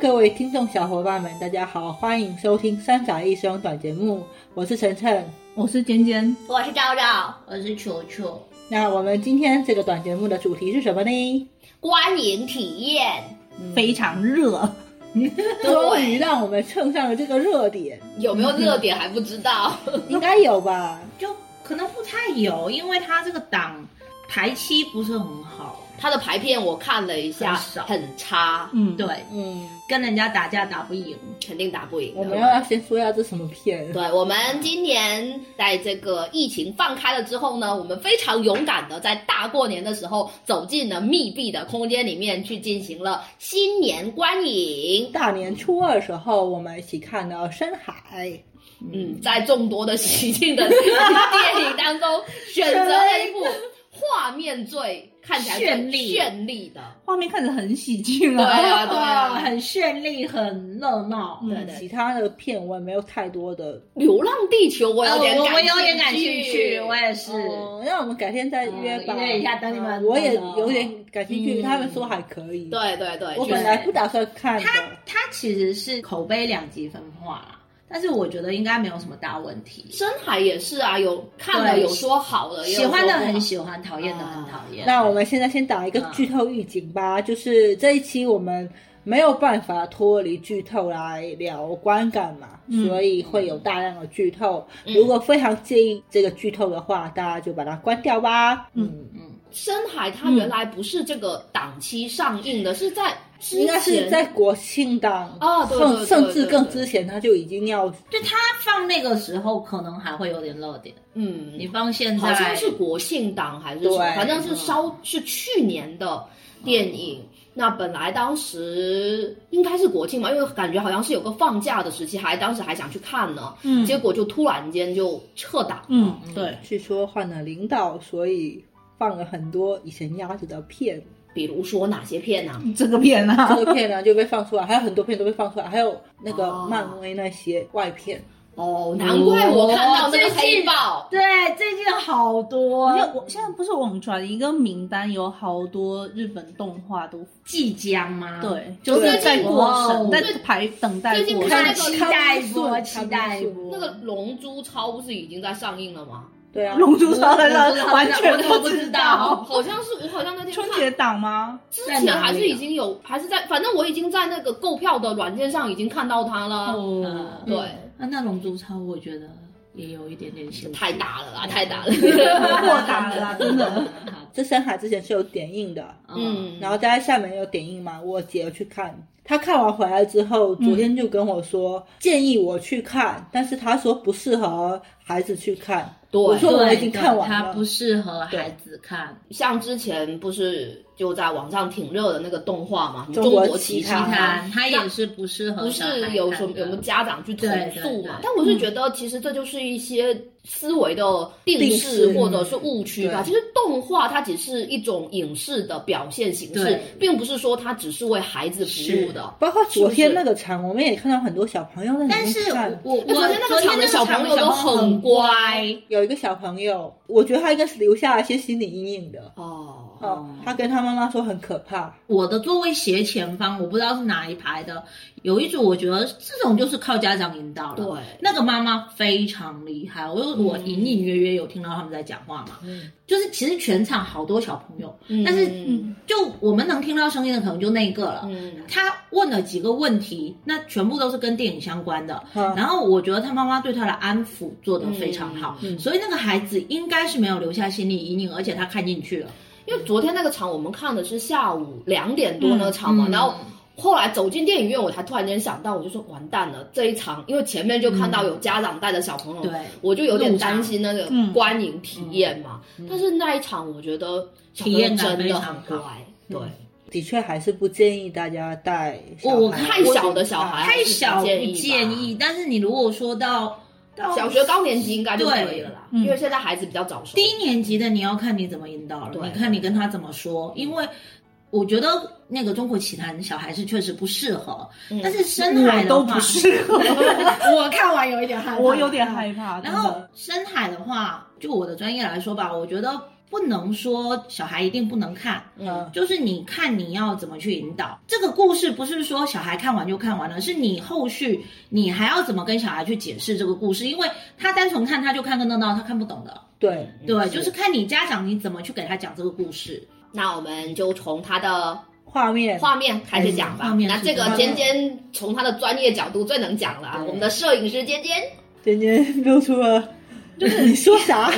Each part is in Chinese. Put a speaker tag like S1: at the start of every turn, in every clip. S1: 各位听众小伙伴们，大家好，欢迎收听《三傻一生》短节目，我是晨晨。
S2: 我是尖尖，
S3: 我是赵赵，我是球球，
S1: 那我们今天这个短节目的主题是什么呢？嗯
S3: 观影体验
S2: 非常热。
S1: 终于让我们蹭上了这个热 点，
S3: 有没有热点还不知道，
S1: 应该有吧？
S2: 就可能不太有，因为它这个档排期不是很好，
S3: 他的排片我看了一下，
S2: 很少
S3: 很差，
S2: 嗯，对，
S1: 嗯，
S2: 跟人家打架打不赢，
S3: 肯定打不
S2: 嗯
S3: 赢的。
S1: 我们要先说一下这什么片。
S2: 啊
S3: 对我们今年在这个疫情放开了之后呢，我们非常勇敢的在大过年的时候走进了密闭的空间里面去进行了新年观
S2: 嗯
S3: 影。
S1: 大年初二时候，我们一起看的《深海》，
S3: 嗯，在众多的喜庆的电影当中，选择了 一部画面最看起来最
S2: 绚丽
S3: 绚丽的。
S2: 画面看着很喜庆
S3: 对啊对啊
S2: 哎很绚丽，很热闹。
S3: 对
S1: 嗯，其他的片我也没有太多的。
S3: 《流浪地球》，我有点
S2: 呃我哦我
S3: 感
S2: 有点感
S3: 兴哦
S2: 兴趣，我也是。哦
S1: 嗯，那我们改天再约吧。
S2: 嗯约一下等你们
S1: 我也
S2: 那个
S1: 有点感兴趣，
S2: 嗯
S1: 他们说还可以。，
S3: 对对对，
S1: 我
S3: 确
S1: 本
S3: 实
S1: 来不打算看的。
S2: 它其实是口碑两极分化啦，但是我觉得应该没有什么大问题。
S3: 深海也是啊，有看了
S2: 对
S3: 有说好的，也有
S2: 喜欢的
S3: 说不好
S2: 很喜欢，讨厌的很讨厌。
S1: 那我们现在先打一
S3: 嗯
S1: 个剧透预警吧，就是这一期我们没有办法脱离剧透来聊观感嘛，
S2: 嗯
S1: 所以会有大量的剧透。
S3: 嗯
S1: 如果非常介意这个剧透的话，大家就把它关掉吧。嗯，
S2: 嗯，
S3: 深海它原来不是这个档期上映的，是在之前
S1: 应该是在国庆档
S3: 啊对对
S1: 甚
S3: 对
S1: 甚至
S3: 对
S1: 更
S3: 对
S1: 之前，它就已经要
S2: 就它放那个时候可能还会有点热点，你
S3: 嗯，
S2: 放现在
S3: 好像是国庆档还是什么，
S1: 对
S3: 反正是稍是去年的电影。那本来当时应该是国庆嘛，因为感觉好像是有个放假的时期，还当时还想去看呢，
S2: 嗯
S3: 结果就突然间就撤档了。
S2: 嗯对，
S1: 据说换了领导，所以放了很多以前压着的片。
S3: 比如说哪些片呢、
S2: 这个片啊，
S1: 这个片呢就被放出来，还有很多片都被放出来，还有那个
S3: 哦
S1: 漫威那些外片。
S3: 哦，难怪我看到那
S2: 最
S3: 个
S2: 近
S3: 黑豹，
S2: 对，最近好多
S4: 因为 我现在不是网传一个名单，有好多日本动画都
S2: 即将吗？
S4: 对，
S2: 就
S4: 就是是
S2: 在
S4: 在
S2: 过
S4: 过
S2: 程，
S4: 程，
S2: 但
S4: 在排等待
S3: 最近
S4: 过
S3: 看
S4: 程。
S3: 那个
S2: 期
S1: 康
S2: 待
S1: 熙
S2: 一波，
S1: 顺
S2: 期待一
S1: 康熙顺
S2: 波。
S3: 那个《龙珠超》不是已经在上映了 吗？
S1: 对啊，
S4: 龙珠超人
S2: 我知道
S4: 完全
S2: 我
S4: 不
S2: 不知
S4: 知
S2: 道
S4: 道。
S3: 好像是我好像那天
S4: 春
S3: 看
S4: 节档 吗？
S3: 之
S2: 在
S3: 前
S2: 哪
S3: 还是
S2: 里
S3: 已
S2: 啊
S3: 经有，还是在，反正我已经在那个购票的软件上已经看到它了。
S2: 哦
S3: 嗯对，
S2: 那那龙珠超，我觉得也有一点点辛苦，
S3: 太大了啦，太大了。 嗯
S4: 过档了啦，真的。
S1: 这深海之前是有点映的，
S3: 嗯，
S1: 然后在厦门有点映嘛，我姐有去看。她看完回来之后，昨天就跟我说、建议我去看，但是她说不适合孩子去看。
S3: 对
S1: 我说我已经
S2: 对
S1: 看完
S2: 它
S1: 了
S2: 不。适合孩子看。
S3: 像之前不是就在网上挺热的那个动画嘛，什么
S1: 中国
S3: 国奇
S1: 奇
S3: 谭
S1: 谭
S3: 嘛
S2: 它它也是不适合
S3: 不
S2: 小孩看的，
S3: 是有什么有没有家长去投
S2: 对
S3: 诉
S2: 对
S3: 嘛
S2: 对？嗯
S3: 但我是觉得，其实这就是一些思维的定
S1: 定式
S3: 式或
S2: 嗯
S3: 者是误区吧。
S1: 对
S3: 其实动画它只是一种影视的表现形式
S2: 对，
S3: 并不是说它只是为孩子服务的。
S1: 包括昨
S3: 是
S1: 天
S3: 不是
S1: 那个场，我们也看到很多小朋友在里
S2: 但是
S1: 面看。
S2: 我我
S3: 哎昨天那个场的小朋友都很乖
S1: 有一个小朋友，我觉得他应该是留下一些心理阴影的。
S3: 哦，
S1: 哦，他跟他妈妈说很可怕。
S2: 我的座位斜前方，我不知道是哪一排的，有一组我觉得这种就是靠家长引导了。
S3: 对
S2: 那个妈妈非常厉害，我有我隐隐约约有听到他们在讲话嘛，
S1: 嗯
S2: 就是其实全场好多小朋友，
S3: 嗯
S2: 但是
S3: 嗯
S2: 就我们能听到声音的可能就那一个了。
S3: 嗯
S2: 他问了几个问题，那全部都是跟电影相关的。
S1: 嗯
S2: 然后我觉得他妈妈对他的安抚做得非常好，
S1: 嗯嗯
S2: 所以那个孩子应该是没有留下心理阴影，而且他看进去了。
S3: 因为昨天那个场我们看的是下午两点多那个场嘛，
S2: 嗯嗯
S3: 然后。后来走进电影院，我才突然间想到，我就说完蛋了，这一场，因为前面就看到有家长带着小朋友，
S2: 嗯对
S3: 我就有点担心那个
S4: 嗯
S3: 观影体验嘛。但是那一场，我觉得小朋
S2: 嗯体
S3: 友
S2: 验感
S3: 真
S2: 非
S3: 的
S2: 常
S3: 很
S2: 好嗯
S3: 乖，对，
S1: 的确还是不建议大家带小
S2: 我我
S1: 孩
S3: 太小的小孩
S2: 太小
S3: 不
S2: 不
S3: 建议吧
S2: 建议，但是你如果说到到
S3: 小学高年级应该就可以了啦，
S4: 对嗯
S3: 因为现在孩子比较早熟。
S2: 低年级的，你要看你怎么引导了，
S3: 对
S2: 你看你跟他怎么说，因为。我觉得那个中国奇谭小孩是确实不适合，
S3: 嗯
S2: 但是深海
S4: 我
S2: 的
S4: 哎都
S2: 话
S4: 不，适合，
S2: 我看完有一点害
S4: 我有点害怕。
S2: 然
S4: 真
S2: 后
S4: 的
S2: 深海的话，就我的专业来说吧，我觉得不能说小孩一定不能看，
S1: 嗯
S2: 就是你看你要怎么去引导这个故事，不是说小孩看完就看完了，是你后续你还要怎么跟小孩去解释这个故事，因为他单纯看他就看个热闹，他看不懂的。
S1: 对，
S3: 嗯
S2: 对，就是看你家长你怎么去给他讲这个故事。
S3: 那我们就从他的
S1: 画面
S3: 画面开始讲吧。
S2: 嗯画面
S3: 那
S2: 是
S3: 这个
S2: 什么
S3: 尖尖从他的专业角度最能讲了啊，
S1: 对
S3: 我们的摄影师尖尖，
S1: 尖尖露出 了，就是你说啥？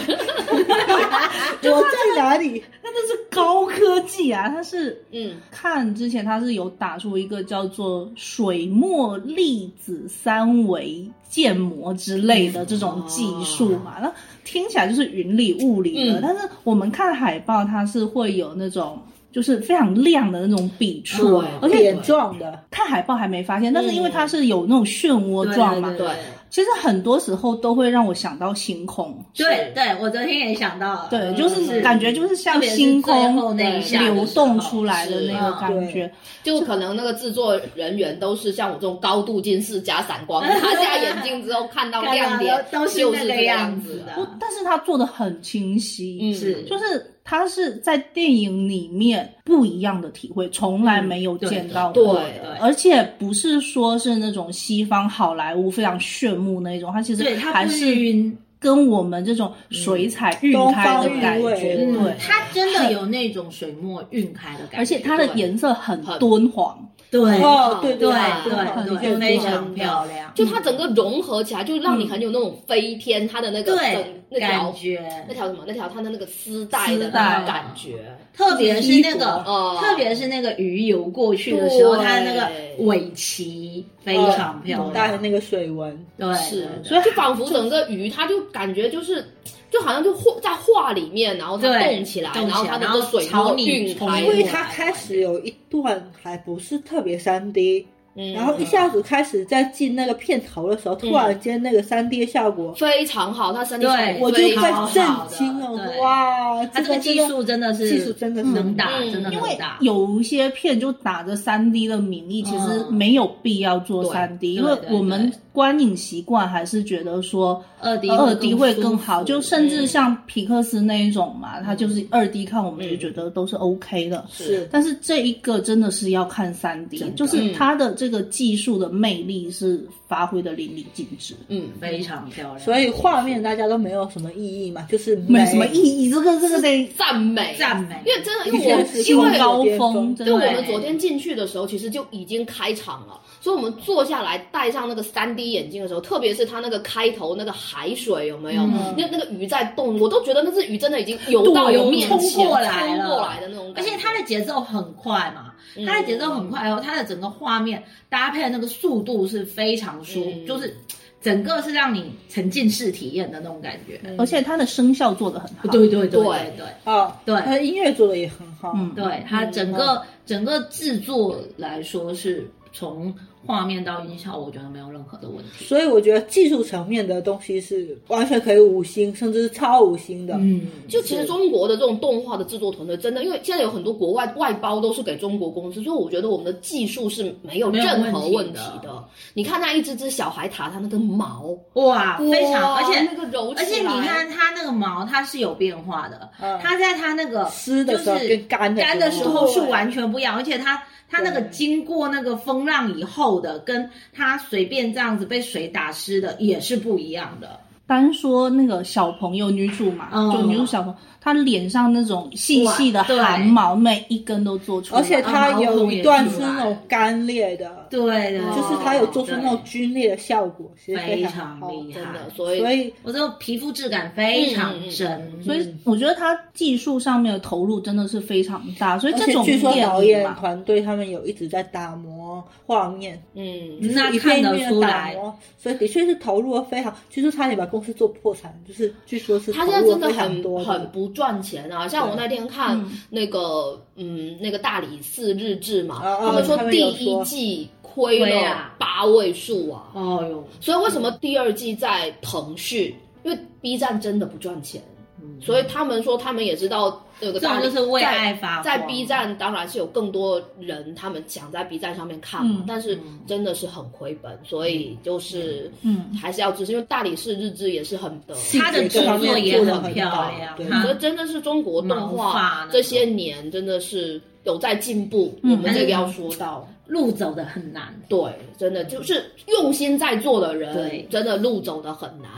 S1: 我在哪里？
S4: 那这是高科技啊！它是
S3: 嗯，
S4: 看之前它是有打出一个叫做水墨粒子三维建模之类的这种技术
S2: 啊
S4: 嘛，那听起来就是云里雾里的。
S3: 嗯
S4: 但是我们看海报，它是会有那种就是非常亮的那种笔触，
S2: 对嗯
S4: 而且
S1: 点状的，
S4: 看海报还没发现，但是因为它是有那种漩涡状嘛，
S2: 对
S4: 其实很多时候都会让我想到星空。
S2: 对对，我昨天也想到了，
S4: 对，就是感觉就
S2: 嗯
S4: 是
S2: 特
S4: 像
S2: 别是
S4: 星
S2: 最后
S4: 空
S2: 那一下的时候
S4: 流动出来的
S3: 是
S4: 那个
S1: 嗯
S4: 感觉，
S3: 就可能那个制作人员都是像我这种高度近视加散 光，他下眼镜之后看到
S2: 看到
S3: 亮点
S2: 都都是
S3: 就
S2: 那
S3: 是
S2: 个
S3: 这个
S2: 样
S3: 子
S2: 子的
S4: 不，但是它做的很清晰，
S3: 嗯
S2: 是
S4: 就是它是在电影里面不一样的体会，从来没有
S2: 对
S4: 见
S2: 对
S4: 到
S3: 对
S4: 过。
S2: 对
S4: 而且不是说是那种西方好莱坞非常炫目那种，它其实
S2: 对，他
S4: 还
S2: 不是
S4: 是
S2: 晕，
S4: 跟我们这种水彩晕
S1: 东
S4: 开
S1: 方
S4: 的
S1: 韵
S4: 感
S1: 味
S4: 觉，
S1: 嗯
S4: 对。
S2: 他真的有那种水墨晕开的感觉，
S4: 而且它的
S3: 对
S4: 颜色很
S3: 很
S4: 敦煌，
S2: 对
S1: 哦，对
S2: 对
S1: 对
S2: 对
S1: 对，
S2: 对，非常漂亮，
S3: 就它整个融合起来，就让你很有那种飞天，它的那个整
S2: 对
S3: 那条
S2: 感觉，
S3: 那条什么那条它的那个丝带的
S4: 丝
S3: 那
S4: 带
S3: 种感觉，
S2: 特别是那个，
S3: 哦
S2: 特别是那个鱼游过去的时候，
S3: 对嗯
S2: 它的那个尾鳍非常漂
S1: 口袋的
S2: 亮，
S1: 哦那个水纹，
S2: 对，
S3: 是，
S2: 所以
S3: 就仿佛整个鱼，它就感觉就是，就好像就画在画里面，然后它
S2: 对
S3: 动起来，
S2: 动
S3: 然后
S2: 起来
S3: 它那
S2: 然
S3: 个
S2: 后
S3: 水
S2: 朝
S3: 墨
S2: 你
S3: 晕
S2: 冲
S3: 开
S1: 因
S3: 过来，
S1: 为它开始有一段还不是特别三 D，
S3: 嗯
S1: 然后一下子开始在进那个片头的时候，突然间那个三 D 效果，
S3: 嗯非常好，它身体
S2: 嗯对
S1: 我就
S2: 非
S1: 在
S2: 常好
S1: 震惊了，
S2: 对
S1: 哇！
S2: 它这个技术真的是
S1: 技术真的是
S2: 能打，
S3: 嗯
S2: 真的
S4: 因
S2: 能
S4: 为
S2: 打，
S4: 有一些片就打着三 D 的名义，其实
S2: 嗯
S4: 没有必要做三 D，
S2: 对
S4: 因为
S2: 对
S4: 我们
S2: 对
S4: 观影习惯还是觉得说
S2: 二 D
S4: 二 D 会更好，
S2: 舒服
S4: 就甚至像皮克斯那一种嘛，它就是二 D 看我们就觉得都是 OK 的。
S1: 是
S4: 但是这一个真的是要看三 D，
S2: 真的
S4: 就是它的这个技术的魅力是发挥的淋漓尽致，
S3: 嗯，
S2: 非常漂亮，
S1: 所以画面大家都没有什么意义嘛，就是
S4: 没什么意义。这个这个得
S3: 赞美，
S2: 赞美，
S3: 因为真的，因
S1: 的
S3: 为
S1: 确
S3: 我
S1: 是
S3: 因为
S1: 有
S4: 高
S1: 巅
S4: 峰，
S1: 峰
S4: 真
S3: 对，我
S4: 的哎
S3: 们昨天进去的时候，其实就已经开场了，所以我们坐下来戴上那个三 D 眼镜的时候，特别是它那个开头那个海水有没有？
S2: 嗯
S3: 那那个鱼在动，我都觉得那只鱼真的已经游到
S2: 对
S3: 我面前，
S2: 冲过来
S3: 冲
S2: 了
S3: 过来的那种
S2: 而
S3: 感觉。
S2: 且它的节奏很快嘛，
S3: 嗯
S2: 它的节奏很快哦，它的整个画面搭配的那个速度是非常舒服，
S3: 嗯
S2: 就是整个是让你沉浸式体验的那种感觉。
S4: 而且它的声效做的很好，
S2: 对对嗯对
S3: 对
S2: 对
S1: 啊，
S2: 对
S1: 它的音乐做的也很好，
S4: 嗯，
S2: 对，它整个整个制作来说是从画面到音效，我觉得没有任何的问题。
S1: 所以我觉得技术层面的东西是完全可以五星，甚至是超五星的。
S2: 嗯，
S3: 就其实中国的这种动画的制作团队，真的，因为现在有很多国外外包都是给中国公司，所以我觉得我们的技术是没有
S2: 没有
S3: 任何
S2: 问
S3: 问
S2: 题
S3: 题
S2: 的
S3: 的。你看那一只只小孩塔，它那个毛，
S2: 哇，非常，
S3: 哇
S2: 而且
S3: 那个柔起
S2: 而
S3: 来，
S2: 且你看它那个毛，它是有变化的，
S1: 嗯
S2: 它在它那个
S1: 湿的时候
S2: 就是
S1: 跟干的时候
S2: 干的时候是
S3: 对
S2: 完全不一样，而且它它那个经过那个风浪以后的，跟它随便这样子被水打湿的也是不一样的。
S4: 单说那个小朋友女主嘛，
S2: 嗯
S4: 就女主小朋友，她脸上那种细细的
S2: 哇对
S4: 汗毛，每一根都做出来，
S1: 而且它
S2: 嗯
S1: 有一段是那种干裂的，
S2: 对的，
S1: 就是它有做出那种皲裂的效果，其实
S2: 非
S1: 常
S2: 常
S1: 好。
S2: 厉
S3: 真
S2: 害
S3: 的，。所以
S1: 哦所以
S2: 我这个皮肤质感非常真，
S4: 所以我觉得她技术上面的投入真的是非常大，所以
S1: 而
S4: 这
S1: 且
S4: 种
S1: 据说导
S4: 电影
S1: 演
S4: 嘛，
S1: 团队他们有一直在打磨画面，
S3: 嗯，
S1: 就是
S2: 那
S1: 一
S2: 看
S1: 片
S2: 得
S1: 一片
S2: 出
S1: 的
S2: 来
S1: 打磨，所以的确是投入了非常，据说差点把公司做破产，就是据说是
S3: 他
S1: 投
S3: 现在
S1: 入
S3: 真
S1: 了
S3: 的
S1: 非常多
S3: 很很不赚钱啊！像我那天看
S4: 嗯
S3: 那个，嗯，那个大理寺日志嘛，
S1: 啊啊
S3: 他们说
S1: 他们
S3: 第
S1: 有
S3: 一
S1: 说
S3: 季亏
S2: 亏
S3: 了
S2: 啊
S3: 八位数啊，
S2: 哦哟，
S3: 所以为什么第二季在腾讯？因为 B 站真的不赚钱，
S2: 嗯
S3: 所以他们说他们也知道那个
S2: 这种
S3: 大
S2: 就是为
S3: 在
S2: 爱发
S3: 在
S2: 光
S3: B 站当然是有更多人他们想在 B 站上面看嘛，
S4: 嗯
S3: 但是
S2: 嗯
S3: 真的是很亏本，所以就是
S4: 嗯
S3: 还是要支持，因为大理寺日志也是很的。
S2: 他的制作也很漂亮
S1: 对，
S2: 他
S3: 所以真的是中国动
S2: 毛发
S3: 画
S2: 嗯那种
S3: 这些年真的是有在进步，我们这个要说到，
S2: 路走的很难。
S3: 对，真的就是用心在做的
S2: 对
S3: 人，真的路走的很难。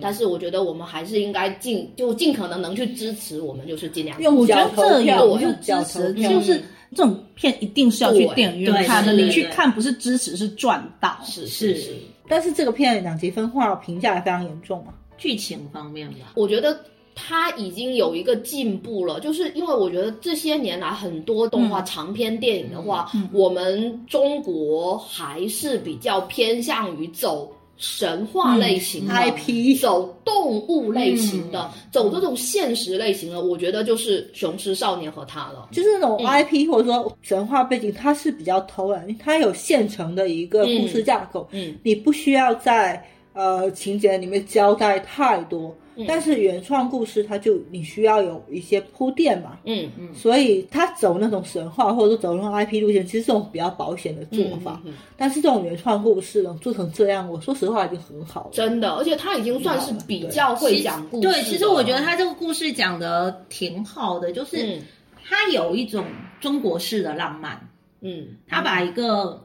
S3: 但是我觉得我们还是应该尽就尽可能能去支持，我们就是尽量
S1: 用
S4: 我觉
S1: 脚
S4: 得
S1: 投
S4: 这也
S1: 票，
S4: 不
S1: 我
S4: 是
S1: 用
S4: 支
S1: 脚投
S4: 持，
S1: 票，
S4: 就是这种片一定是要去
S3: 对
S4: 电影院
S2: 对
S4: 看的。
S2: 是
S4: 你去
S2: 对
S4: 看不是支持，是赚到。
S3: 是
S2: 是
S3: 是。是
S1: 但是这个片两极分化评价也非常严重啊嘛。
S2: 剧情方面吧，
S3: 我觉得他已经有一个进步了，就是因为我觉得这些年来很多动画
S4: 嗯
S3: 长篇电影的话，
S4: 嗯
S3: 我们中国还是比较偏向于走。神话类型的、
S1: 嗯 IP
S3: 走动物类型的、走这种现实类型的，我觉得就是《雄狮少年》和他了。
S1: 就是那
S3: 嗯
S1: 种 IP 或者说神话背景，它是比较偷懒，因为它有现成的一个故事架构，
S3: 嗯
S1: 你不需要在呃情节里面交代太多。
S3: 嗯
S1: 但是原创故事，它就你需要有一些铺垫嘛，
S3: 嗯嗯
S1: 所以它走那种神话或者说走那种 IP 路线，其实这种比较保险的做
S3: 嗯
S1: 法。
S3: 嗯嗯
S1: 但是这种原创故事能做成这样，我说实话已经很好了。
S3: 真的，而且他已经算是比较会讲故事的
S2: 对，其实我觉得他这个故事讲的挺好的，就是
S3: 嗯
S2: 他有一种中国式的浪漫，
S3: 嗯
S2: 他把一个，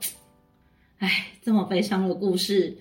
S2: 哎，这么悲伤的故事，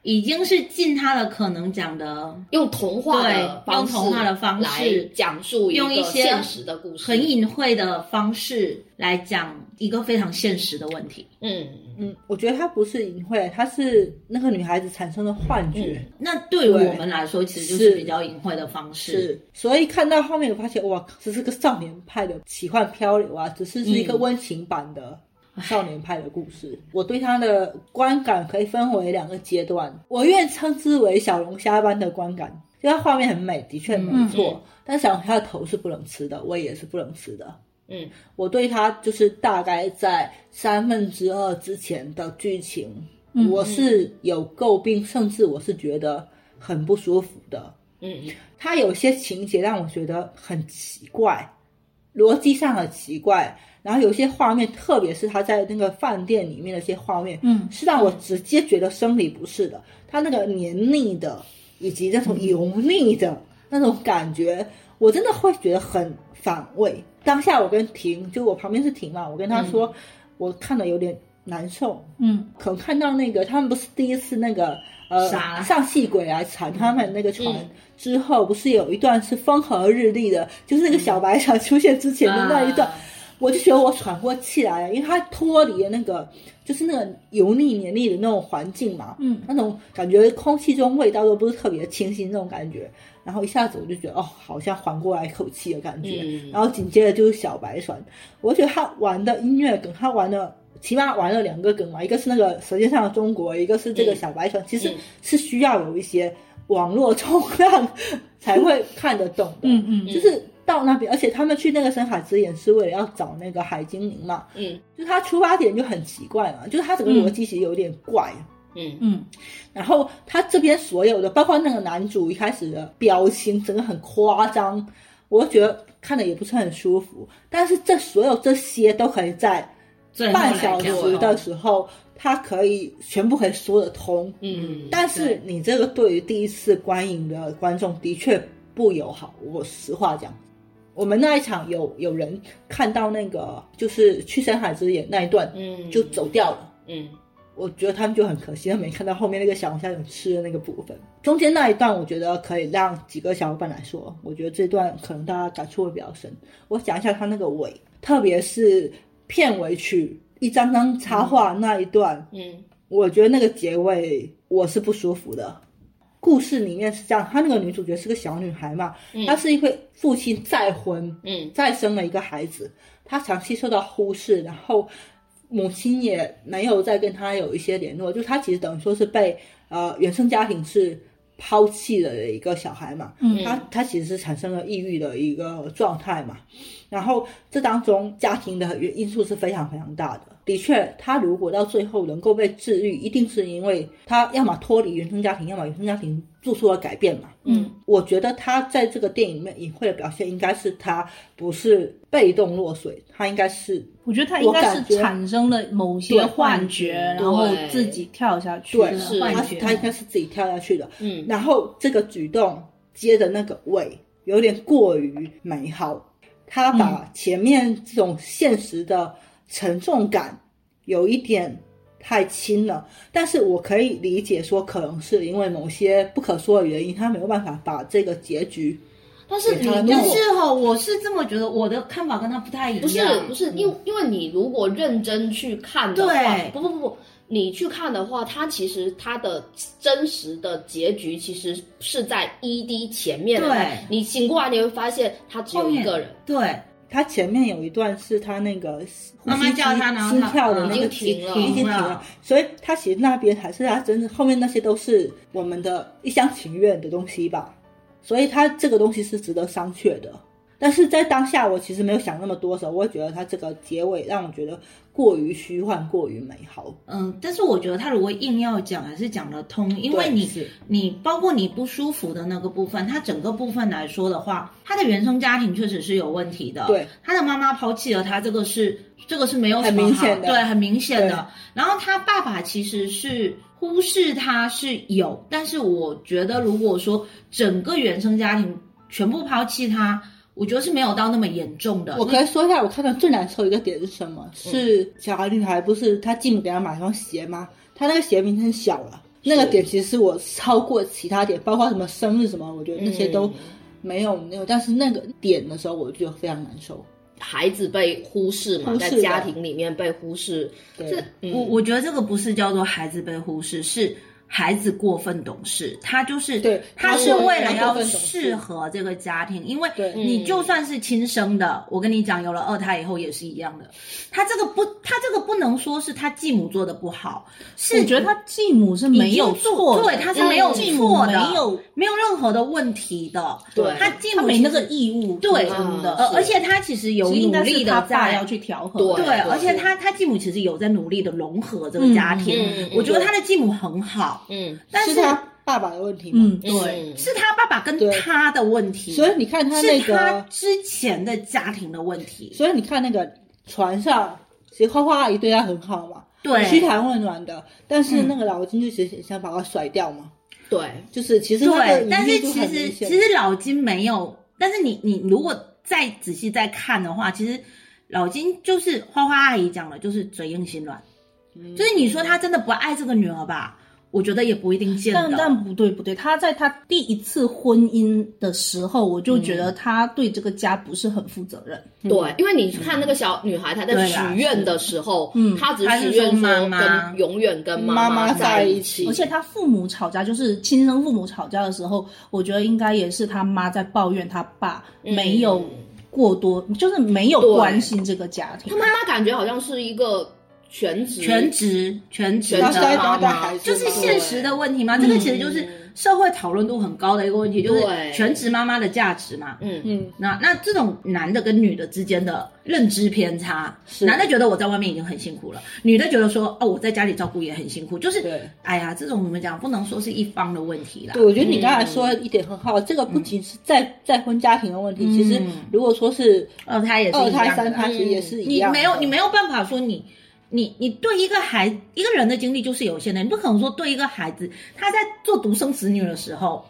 S2: 已经是尽他的可能讲的
S3: 用童话的
S2: 对用
S3: 方式
S2: 童话的方式
S3: 来讲述
S2: 用一
S3: 个
S2: 些
S3: 现实的故事，
S2: 很隐晦的方式来讲一个非常现实的问题。
S3: 嗯
S1: 嗯，我觉得它不是隐晦，它是那个女孩子产生的幻觉。
S3: 嗯
S2: 那对于
S1: 对
S2: 我们来说，其实就是是比较隐晦的方式。
S1: 是，所以看到后面我发现，哇，这是个少年派的奇幻漂流啊，只是是一个温情版的少年派的故事。我对他的观感可以分为两个阶段，我愿称之为小龙虾般的观感，就它画面很美，的确没错，但小龙虾的头是不能吃的，我也是不能吃的。
S3: 嗯
S1: 我对它就是大概在三分之二之前的剧情，
S4: 嗯
S1: 我是有诟病，甚至我是觉得很不舒服的。
S3: 嗯
S1: 它有些情节让我觉得很奇怪，逻辑上很奇怪，然后有些画面，特别是他在那个饭店里面的一些画面，
S4: 嗯
S1: 是让我直接觉得生理不适的。他那个黏腻的，以及那种油腻的那种感觉，我真的会觉得很反胃。当下我跟婷，就我旁边是婷嘛，我跟她说，我看的有点难受，
S4: 嗯
S1: 可能看到那个他们不是第一次那个呃
S2: 啥啊
S1: 上戏鬼来缠他们那个船、
S3: 嗯
S1: 之后，不是有一段是风和日丽的，就是那个小白船出现之前的那一段，
S2: 啊
S1: 我就觉得我喘不过气来了，因为它脱离了那个就是那个油腻黏腻的那种环境嘛，
S4: 嗯
S1: 那种感觉空气中味道都不是特别清新那种感觉，然后一下子我就觉得哦，好像缓过来一口气的感觉，
S3: 嗯
S1: 然后紧接着就是小白船，我觉得他玩的音乐梗，他玩的起码玩了两个梗嘛，一个是那个《舌尖上的中国》，一个是这个小白船，其实
S3: 嗯
S1: 是需要有一些网络冲浪才会看得懂的，
S4: 嗯嗯
S1: 就是到那边，而且他们去那个深海之眼是为了要找那个海精灵嘛，
S3: 嗯
S1: 就他出发点就很奇怪嘛，就是他整个逻辑其实有点怪。
S3: 嗯
S4: 嗯
S1: 然后他这边所有的，包括那个男主一开始的表情，整个很夸张，我觉得看的也不是很舒服。但是这所有这些都可以在
S2: 最后来
S1: 半
S2: 讲
S1: 小时的时候，他可以全部可以说得通。
S3: 嗯，
S1: 但是
S2: 对
S1: 你这个对于第一次观影的观众的确不友好，我实话讲。我们那一场有有人看到那个就是去深海之眼那一段，
S3: 嗯
S1: 就走掉了。
S3: 嗯
S1: 我觉得他们就很可惜，他没看到后面那个小龙虾有吃的那个部分。中间那一段，我觉得可以让几个小伙伴来说，我觉得这段可能大家感触会比较深。我讲一下他那个尾，特别是片尾曲一张张插画那一段，
S3: 嗯
S1: 我觉得那个结尾我是不舒服的。故事里面是这样，她那个女主角是个小女孩嘛，
S3: 嗯
S1: 她是因为父亲再婚，
S3: 嗯
S1: 再生了一个孩子，她长期受到忽视，然后母亲也没有再跟她有一些联络，就她其实等于说是被呃原生家庭是抛弃了的一个小孩嘛，
S4: 嗯
S1: 她她其实是产生了抑郁的一个状态嘛，然后这当中家庭的因素是非常非常大的。的确，他如果到最后能够被治愈，一定是因为他要么脱离原生家庭，要么原生家庭做出了改变嘛。
S2: 嗯，
S1: 我觉得他在这个电影里面隐晦的表现，应该是他不是被动落水，他应该是
S4: 我觉得他应该
S1: 我感
S4: 是
S1: 觉
S4: 产生了某
S1: 对
S4: 些
S1: 幻
S4: 幻
S1: 觉
S4: 觉，然后
S3: 对
S4: 自己跳下去
S1: 对，
S4: 的
S3: 是
S4: 幻
S1: 他
S4: 觉。
S1: 他应该是自己跳下去的。
S3: 嗯
S1: 然后这个举动接的那个尾有点过于美好，他把前面这种现实的沉重感有一点太轻了。但是我可以理解说，可能是因为某些不可说的原因，他没有办法把这个结局
S2: 但是
S1: 对
S2: 你
S1: 他
S2: 就
S1: 那种
S2: 是吼，我是这么觉得，我的看法跟他不太一样。
S3: 不是不是，因为因为你如果认真去看的话，
S2: 对
S3: 不不不不，你去看的话，它其实它的真实的结局其实是在 ED 前面的
S2: 对，
S3: 你醒过来你会发现他只有一个人，
S2: 对，
S1: 他前面有一段是他那个呼
S2: 妈妈
S1: 吸机
S2: 叫他然后
S1: 心
S2: 他
S1: 跳的
S2: 嗯
S1: 那
S3: 已
S1: 个
S3: 经停了
S1: 已经停
S2: 停
S1: 了
S2: 了，
S1: 所以他其实那边还是他真的后面那些都是我们的一厢情愿的东西吧，所以他这个东西是值得商榷的。但是在当下，我其实没有想那么多的时候，我会觉得他这个结尾让我觉得过于虚幻，过于美好。
S2: 嗯，但是我觉得他如果硬要讲，还是讲得通，因为
S1: 对
S2: 你
S1: 是
S2: 你包括你不舒服的那个部分，它整个部分来说的话，他的原生家庭确实是有问题的，
S1: 对，
S2: 他的妈妈抛弃了他，这个是这个是没有什
S1: 很
S2: 么
S1: 明
S2: 好
S1: 显的
S2: 对，很明显
S1: 对
S2: 的。然后他爸爸其实是忽视他是有，但是我觉得如果说整个原生家庭全部抛弃他，我觉得是没有到那么严重的，
S1: 我可以说一下，我看到最难受一个点是什么？
S2: 嗯
S1: 是小孩女孩不是她继母给她买双鞋吗？她那个鞋名称小了，那个点其实是我超过其他点，包括什么生日什么，我觉得那些都
S3: 嗯
S1: 没有没有。但是那个点的时候，我就非常难受。
S3: 孩子被忽视嘛，
S1: 忽
S3: 在
S1: 视的
S3: 家庭里面被忽视，嗯
S1: 对，
S4: 嗯
S2: 我我觉得这个不是叫做孩子被忽视，是孩子过分懂事。他就是
S1: 对
S2: 他
S1: 他
S2: 是
S1: 过
S2: 为了
S1: 他过
S2: 要
S1: 分懂事
S2: 适合这个家庭，因为
S1: 对
S2: 你
S3: 嗯
S2: 就算是亲生的，我跟你讲，有了二胎以后也是一样的。他这个不，他这个不能说是他继母做的不好，是
S4: 我觉得他继母是没有错的，
S2: 对，他是没有
S4: 继母
S2: 错的，
S4: 没有，
S2: 嗯没有任何的问题的。
S3: 对
S2: 他继
S4: 他
S2: 母
S4: 没那个
S2: 其实
S4: 义务，
S2: 对
S4: 真
S3: 嗯
S4: 的，
S2: 呃
S3: 是，
S2: 而且他其实有
S4: 其实应
S2: 努
S4: 该
S2: 力
S4: 是他
S2: 的
S4: 爸
S2: 在
S4: 要去调和，
S3: 对
S2: 对，而且
S3: 对
S2: 他他继母其实有在努力的融合这个家庭，
S3: 嗯嗯
S2: 我觉得他的继母很好，
S3: 嗯
S2: 但
S1: 是
S2: 是
S1: 她爸爸的问题吗？
S4: 嗯，对，
S3: 嗯
S2: 是他爸爸跟
S1: 对
S2: 他的问题，
S1: 所以你看他那
S2: 是他
S1: 个，
S2: 之前的家庭的问题，
S1: 所以你看那个船上，其实花花阿姨对她很好嘛，嘘
S2: 对，嗯
S1: 寒问暖的。但是那个老金就其实想把她甩掉嘛，
S3: 对，
S1: 就是其实她的
S2: 对，
S1: 疑
S2: 但是
S1: 虑就
S2: 其
S1: 很明
S2: 实
S1: 显
S2: 其实老金没有，但是你你如果再仔细再看的话，其实老金就是花花阿姨讲了，就是嘴硬心软，
S1: 嗯
S2: 就是你说他真的不爱这个女儿吧，我觉得也不一定见
S4: 但
S2: 得，
S4: 但不对不对，他在他第一次婚姻的时候，我就觉
S1: 嗯
S4: 得他对这个家不是很负责任。
S3: 对，因为你看那个小女孩，她在
S2: 对
S3: 许
S2: 啦
S3: 愿的时候，
S4: 嗯
S3: 她只
S2: 她
S3: 许
S2: 是
S3: 愿
S2: 说妈
S3: 说
S2: 妈
S3: 跟永远跟
S1: 妈妈
S3: 妈
S1: 在一
S3: 一
S1: 起
S4: 而且他父母吵架，就是亲生父母吵架的时候，我觉得应该也是他妈在抱怨他爸
S3: 嗯
S4: 没有过多，就是没有
S3: 对
S4: 关心这个家庭
S3: 她。妈妈感觉好像是一个全职
S2: 全职全职
S1: 她
S2: 的
S3: 全职
S1: 是在带
S3: 的妈
S1: 带
S3: 妈
S1: 孩子，
S2: 就是
S1: 嘛
S2: 现实的问题嘛，这个其实
S1: 嗯
S2: 就是社会讨论度很高的一个问题，就是
S3: 对
S2: 全职妈妈的价值嘛。
S3: 嗯
S1: 嗯，
S2: 那那这种男的跟女的之间的认知偏差，
S1: 是
S2: 男的觉得我在外面已经很辛苦了，女的觉得说哦我在家里照顾也很辛苦，就是
S1: 对
S2: 哎呀，这种怎么讲，不能说是一方的问题啦
S1: 对，。我觉得你刚
S2: 嗯
S1: 才说的一点很好，这个不仅是再再婚家庭的问题，其实如果说是
S2: 二胎嗯哦也是
S1: 二
S2: 一
S1: 胎、
S2: 样的
S1: 哦三
S2: 啦，
S1: 胎，其实也是一
S2: 你
S1: 样的。
S2: 没有你没有办法说你。你你对一个孩一个人的精力就是有限的，你不可能说对一个孩子他在做独生子女的时候，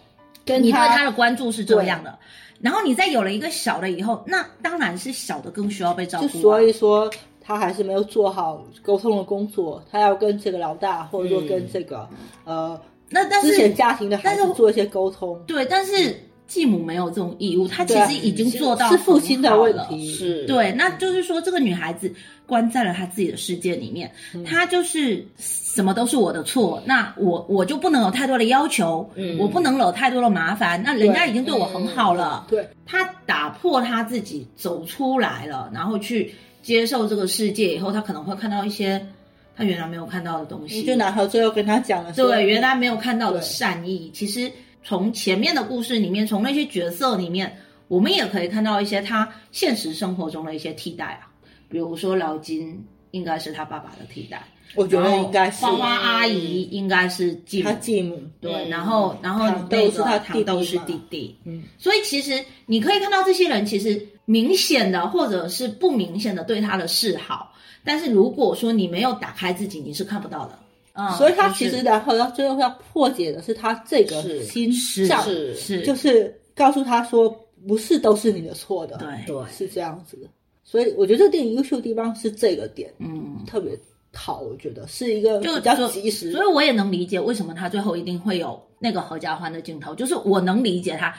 S1: 跟
S2: 你对他
S1: 他
S2: 的关注是这样的。然后你再有了一个小的以后，那当然是小的更需要被照顾、
S1: 就
S2: 啊。
S1: 所以说他还是没有做好沟通的工作，他要跟这个老大，或者说跟这个、呃
S2: 那嗯但
S1: 之前
S2: 是
S1: 家庭的孩
S2: 但
S1: 子
S2: 是
S1: 做一些沟通，
S2: 对，但是继母没有这种义务，她其
S1: 对啊
S2: 实已经做到
S1: 是父亲的
S2: 很好
S1: 问
S2: 了
S1: 题，
S3: 是
S2: 对，那就是说这个女孩子关在了她自己的世界里面，
S1: 嗯
S2: 她就是什么都是我的错，那我我就不能有太多的要求，
S3: 嗯
S2: 我不能惹太多的麻烦，那人家已经对我很好了，
S1: 对嗯
S2: 她打破她自己走出来了，然后去接受这个世界以后，她可能会看到一些她原来没有看到的东西，
S1: 你就男孩最后跟他讲了说，
S2: 对原来没有看到的
S1: 对
S2: 善意，其实从前面的故事里面，从那些角色里面，我们也可以看到一些他现实生活中的一些替代啊，比如说老金，应该是他爸爸的替代，
S1: 我觉得
S2: 然后啊
S1: 应该是
S2: 花花阿姨应该是继母
S1: 他，继母，
S2: 对，
S3: 嗯
S2: 然后然后
S1: 糖豆
S2: 那个
S1: 是他弟弟
S2: 糖豆是
S1: 嘛
S2: 弟弟，
S1: 嗯，
S2: 所以其实你可以看到这些人其实明显的或者是不明显的对他的示好，但是如果说你没有打开自己，你是看不到的。嗯，
S1: 所以他
S2: 就
S1: 其
S2: 是
S1: 实然后要最后要破解的是他这个
S3: 是
S1: 心
S2: 是
S1: 障，
S3: 是
S2: 是
S1: 就是告诉他说不是都是你的错的，
S2: 对，
S3: 对，
S1: 是这样子的。所以我觉得这个电影优秀的地方是这个点
S2: 嗯，
S1: 特别好，我觉得是一个
S2: 就
S1: 比较
S2: 所
S1: 及时
S2: 所以我也能理解为什么他最后一定会有那个合家欢的镜头，就是我能理解他，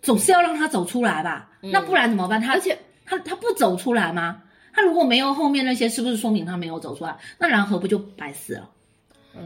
S2: 总是要让他走出来吧，那不然怎么办？他
S3: 而且
S2: 他他不走出来吗？他如果没有后面那些，是不是说明他没有走出来？那然和不就白死了？
S1: 嗯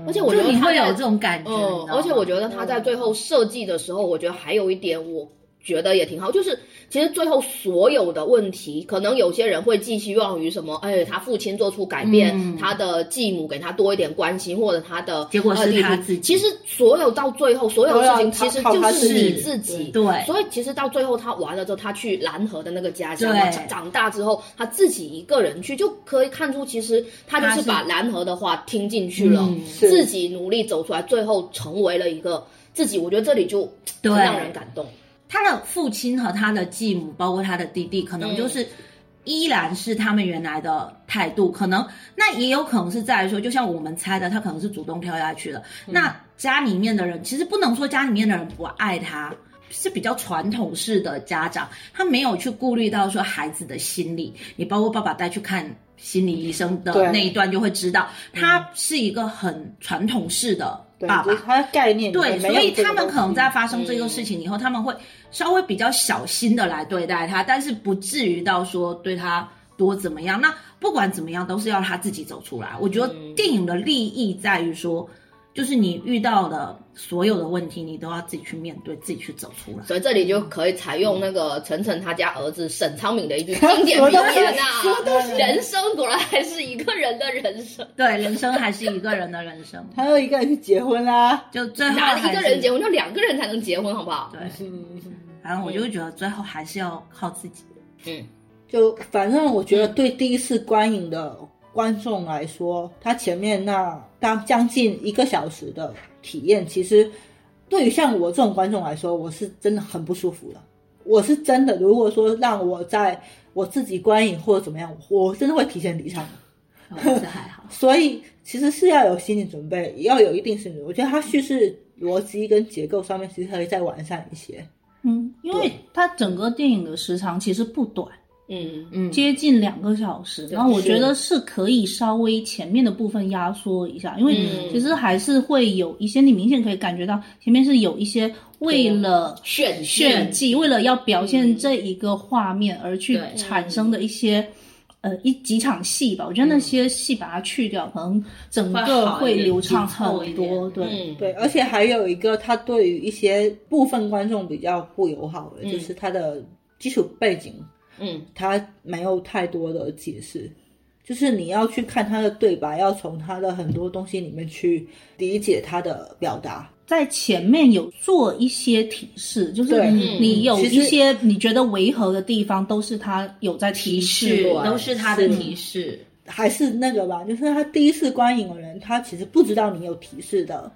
S3: 而且我觉
S2: 就
S3: 得
S2: 你
S3: 他
S2: 会有
S3: 在
S2: 这种感觉，你
S3: 嗯
S2: 知，道
S3: 而且
S2: 吗嗯
S3: 我觉得他在最后设计的时候，我觉得还有一点，我觉得也挺好，就是其实最后所有的问题，可能有些人会寄希望于什么，哎，他父亲做出改变，
S2: 嗯
S3: 他的继母给他多一点关心，或者他的
S2: 结果是
S3: 呃弟弟
S2: 他自己
S3: 其实所有到最后，所有事情
S1: 都
S3: 其
S1: 要
S3: 实
S1: 靠
S3: 就
S1: 他
S3: 是
S1: 自
S2: 己
S3: 你自己。
S2: 对，
S3: 所以其实到最后，他完了之后，他去蓝河的那个家乡，
S2: 对
S3: 他长长大之后，他自己一个人去，就可以看出，其实他就
S2: 他
S3: 是
S2: 是
S3: 把蓝河的话听进去了，
S2: 嗯
S1: 是
S3: 自己努力走出来，最后成为了一个自己。我觉得这里就
S2: 对
S3: 很让人感动。
S2: 他的父亲和他的继母，包括他的弟弟，可能
S3: 嗯
S2: 就是依然是他们原来的态度，可能那也有可能是在于说，就像我们猜的，他可能是主动跳下去的。那家里面的人其实不能说家里面的人不爱他。是比较传统式的家长，他没有去顾虑到说孩子的心理。你包括爸爸带去看心理医生的
S1: 对
S2: 那一段，就会知道他是一个很传统式的
S1: 对，
S2: 爸爸
S1: 就是。他的概念里
S2: 对，
S1: 面
S2: 所
S1: 没有
S2: 以
S1: 这个
S2: 他们
S1: 东
S2: 可能
S1: 西
S2: 在发生这个事情以后，他们会稍微比较小心的来对待他，但是不至于到说对他多怎么样。那不管怎么样，都是要他自己走出来。我觉得
S3: 嗯
S2: 电影的利益在于说，就是你遇到的所有的问题，你都要自己去面对，自己去走出来。
S3: 所以这里就可以采用那个晨晨他家儿子沈昌明的一句经典名言呐、
S1: 什么东西
S3: 人生果然还是一个人的 人生，
S2: 对，人生还是一个人的人生，
S1: 还有一个人去结婚啦，
S2: 就最后还
S3: 哪里
S2: 是
S3: 一个人结婚就两个人才能结婚，好不好？
S2: 对，
S1: 嗯。
S2: 反正我就觉得最后还是要靠自己。
S3: 嗯，
S1: 就反正我觉得对第一次观影的观众来说，他前面那当将近一个小时的体验，其实对于像我这种观众来说，我是真的很不舒服的。我是真的，如果说让我在我自己观影或者怎么样，我真的会提前离场。
S2: 我觉得还好，
S1: 所以其实是要有心理准备，要有一定心理准备。我觉得它叙事逻辑跟结构上面其实可以再完善一些。
S4: 嗯，因为
S1: 对
S4: 它整个电影的时长其实不短，
S3: 嗯，
S2: 嗯，
S4: 接近两个小时，然后我觉得是可以稍微前面的部分压缩一下，因为
S3: 嗯
S4: 其实还是会有一些你明显可以感觉到前面是有一些为了。
S3: 炫
S4: 炫技，为了要表现这一个画面而去
S2: 对
S4: 产生的一些，呃，一几场戏吧。我觉得那些戏把它去掉，可能整
S2: 会
S4: 个
S2: 好一
S4: 会
S2: 点
S4: 流畅
S2: 紧凑一
S4: 很
S2: 点
S4: 多。对，
S3: 嗯，
S1: 对，而且还有一个，他对于一些部分观众比较不友好的，
S3: 嗯
S1: 就是他的基础背景，
S3: 嗯，
S1: 他没有太多的解释，就是你要去看他的对白，要从他的很多东西里面去理解他的表达。
S4: 在前面有做一些提示，就是
S1: 对
S4: 你有
S1: 嗯
S4: 一些你觉得违和的地方，都是他有在提
S2: 提示
S4: 示
S1: 对
S2: 都是他的
S1: 是
S2: 提示。
S1: 还是那个吧，就是他第一次观影的人，他其实不知道你有提示的，